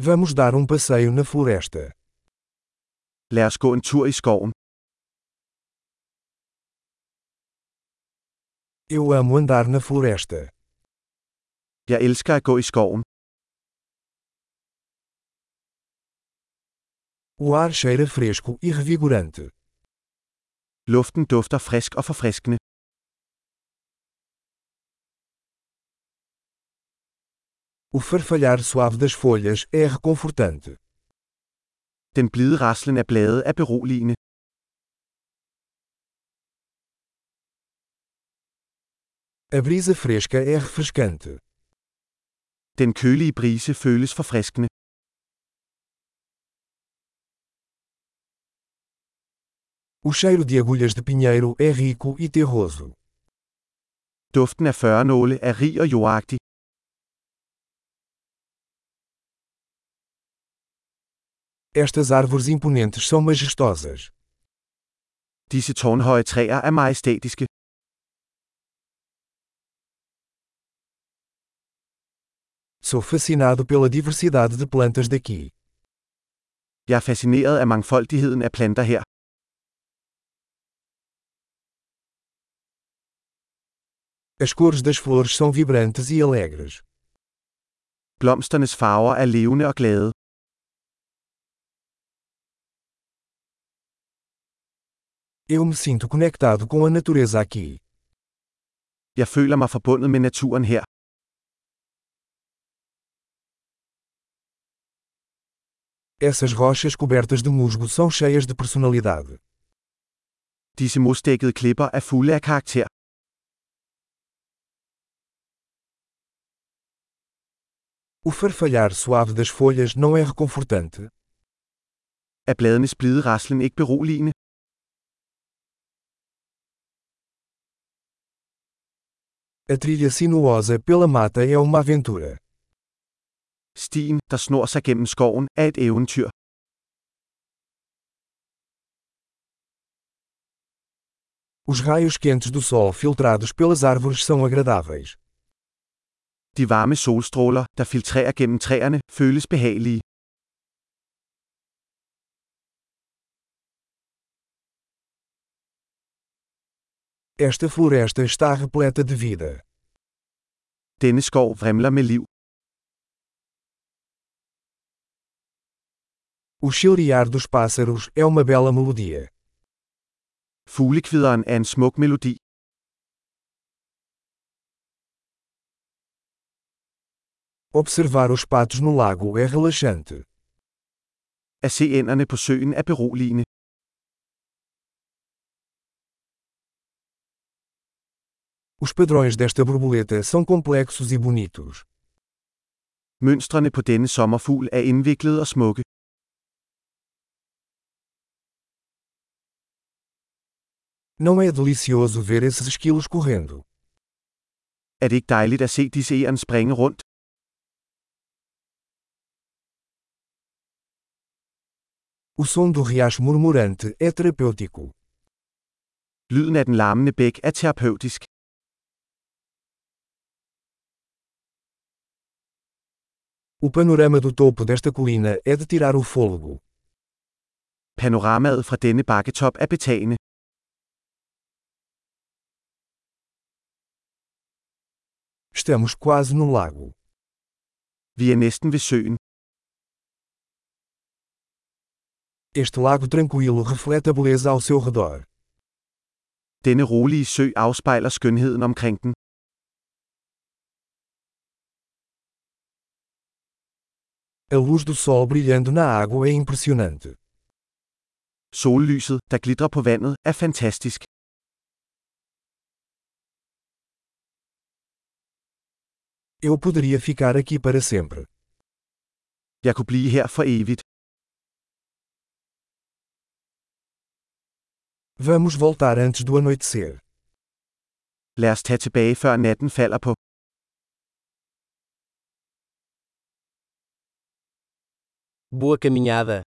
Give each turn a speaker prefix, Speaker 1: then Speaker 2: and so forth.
Speaker 1: Vamos dar um passeio na floresta.
Speaker 2: Lad os gå en tur i skoven.
Speaker 1: Eu amo andar na floresta.
Speaker 2: Jeg elsker at gå i skoven.
Speaker 1: O ar cheira fresco e revigorante.
Speaker 2: Luften dufter frisk og forfriskende.
Speaker 1: O farfalhar suave das folhas é reconfortante.
Speaker 2: Den blide raslen af blade er beroligende.
Speaker 1: A brisa fresca é refrescante.
Speaker 2: Den kølige brise føles forfriskende.
Speaker 1: O cheiro de agulhas de pinheiro é rico e terroso.
Speaker 2: Duften af førnåle er rig og jordagtig.
Speaker 1: Estas árvores imponentes são majestosas.
Speaker 2: Disse tårnhøje træer er majestætiske.
Speaker 1: Sou fascinado pela diversidade de plantas daqui.
Speaker 2: Jeg er fascineret af mangfoldigheden af planter her.
Speaker 1: As cores das flores são vibrantes e alegres.
Speaker 2: Blomsternes farver er levende og glade.
Speaker 1: Eu me sinto conectado com a natureza aqui.
Speaker 2: Jeg føler mig forbundet med naturen her.
Speaker 1: Essas rochas cobertas de musgo são cheias de personalidade.
Speaker 2: Disse mosdækkede klipper er fulde af karakter.
Speaker 1: O farfalhar suave das folhas não é reconfortante.
Speaker 2: Er bladenes blide raslen ikke beroligende?
Speaker 1: A trilha sinuosa pela mata é uma aventura.
Speaker 2: Stien, der snor sig gennem skoven, er et eventyr.
Speaker 1: Os raios quentes do sol filtrados pelas árvores são agradáveis.
Speaker 2: De varme solstråler, der filtrerer gennem træerne, føles behagelige.
Speaker 1: Esta floresta está repleta de vida.
Speaker 2: Denne skov vrimler med liv.
Speaker 1: O chilrear dos pássaros é uma bela melodia.
Speaker 2: Fuglekvideren er en smuk melodi.
Speaker 1: Observar os patos no lago é relaxante.
Speaker 2: At se ænderne på søen er beroligende.
Speaker 1: Os padrões desta borboleta são complexos e bonitos.
Speaker 2: Mønstrene på denne sommerfugl er indviklede og smukke.
Speaker 1: Não é delicioso ver esses esquilos correndo?
Speaker 2: Er det ikke dejligt at se disse æren springe rundt?
Speaker 1: O som do riacho murmurante é terapêutico.
Speaker 2: Lyden af den larmende bæk er terapeutisk.
Speaker 1: O panorama do topo desta colina é de tirar o fôlego.
Speaker 2: Panoramaet fra denne bakketop er betagende.
Speaker 1: Estamos quase no lago.
Speaker 2: Vi er næsten ved søen.
Speaker 1: Este lago tranquilo reflete a beleza ao seu redor.
Speaker 2: Denne rolige sø afspejler skønheden omkring den.
Speaker 1: A luz do sol brilhando na água é impressionante.
Speaker 2: Sollyset, der glitrer på vandet, er fantastisk.
Speaker 1: Eu poderia ficar aqui para sempre.
Speaker 2: Jeg kunne blive her for evigt.
Speaker 1: Vamos voltar antes do anoitecer.
Speaker 2: Lad os tage tilbage, før natten falder på.
Speaker 3: Boa caminhada.